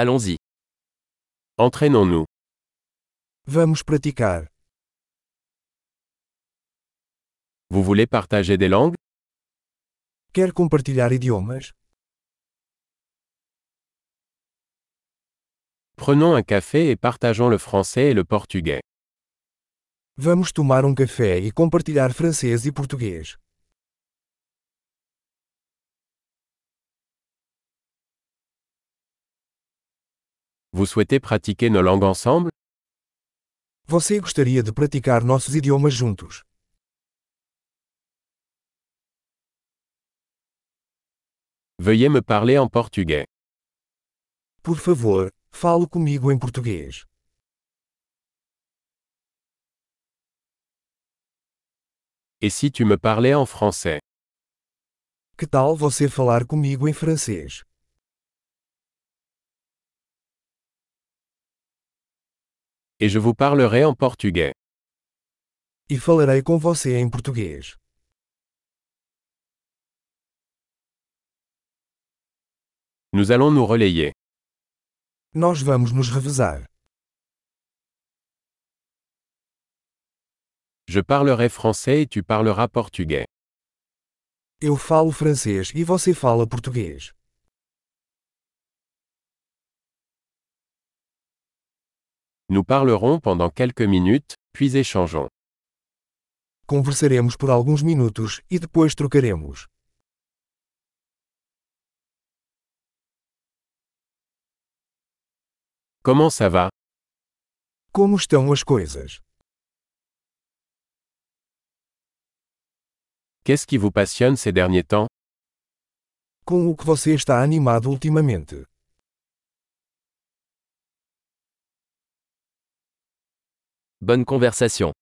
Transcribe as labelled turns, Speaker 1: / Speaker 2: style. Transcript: Speaker 1: Allons-y. Entraînons-nous.
Speaker 2: Vamos praticar.
Speaker 1: Vous voulez partager des langues
Speaker 2: Quer compartilhar idiomas?
Speaker 1: Prenons un café et partageons le français et le portugais.
Speaker 2: Vamos tomar um café e compartilhar francês e português.
Speaker 1: Vous souhaitez pratiquer nos langues ensemble
Speaker 2: Você gostaria de praticar nossos idiomas juntos?
Speaker 1: Veuillez me parler en portugais.
Speaker 2: Por favor, fale comigo em português.
Speaker 1: Et si tu me parlais en français
Speaker 2: Que tal você falar comigo em francês?
Speaker 1: Et je vous parlerai en portugais.
Speaker 2: E falarei com você em português.
Speaker 1: Nous allons nous relayer.
Speaker 2: Nós vamos nos revezar.
Speaker 1: Je parlerai français et tu parleras portugais.
Speaker 2: Eu falo francês e você fala português.
Speaker 1: Nous parlerons pendant quelques minutes, puis échangeons.
Speaker 2: Conversaremos por alguns minutos e depois trocaremos.
Speaker 1: Comment ça va
Speaker 2: Como estão as coisas?
Speaker 1: Qu'est-ce qui vous passionne ces derniers temps
Speaker 2: Com o que você está animado ultimamente?
Speaker 3: Bonne conversation.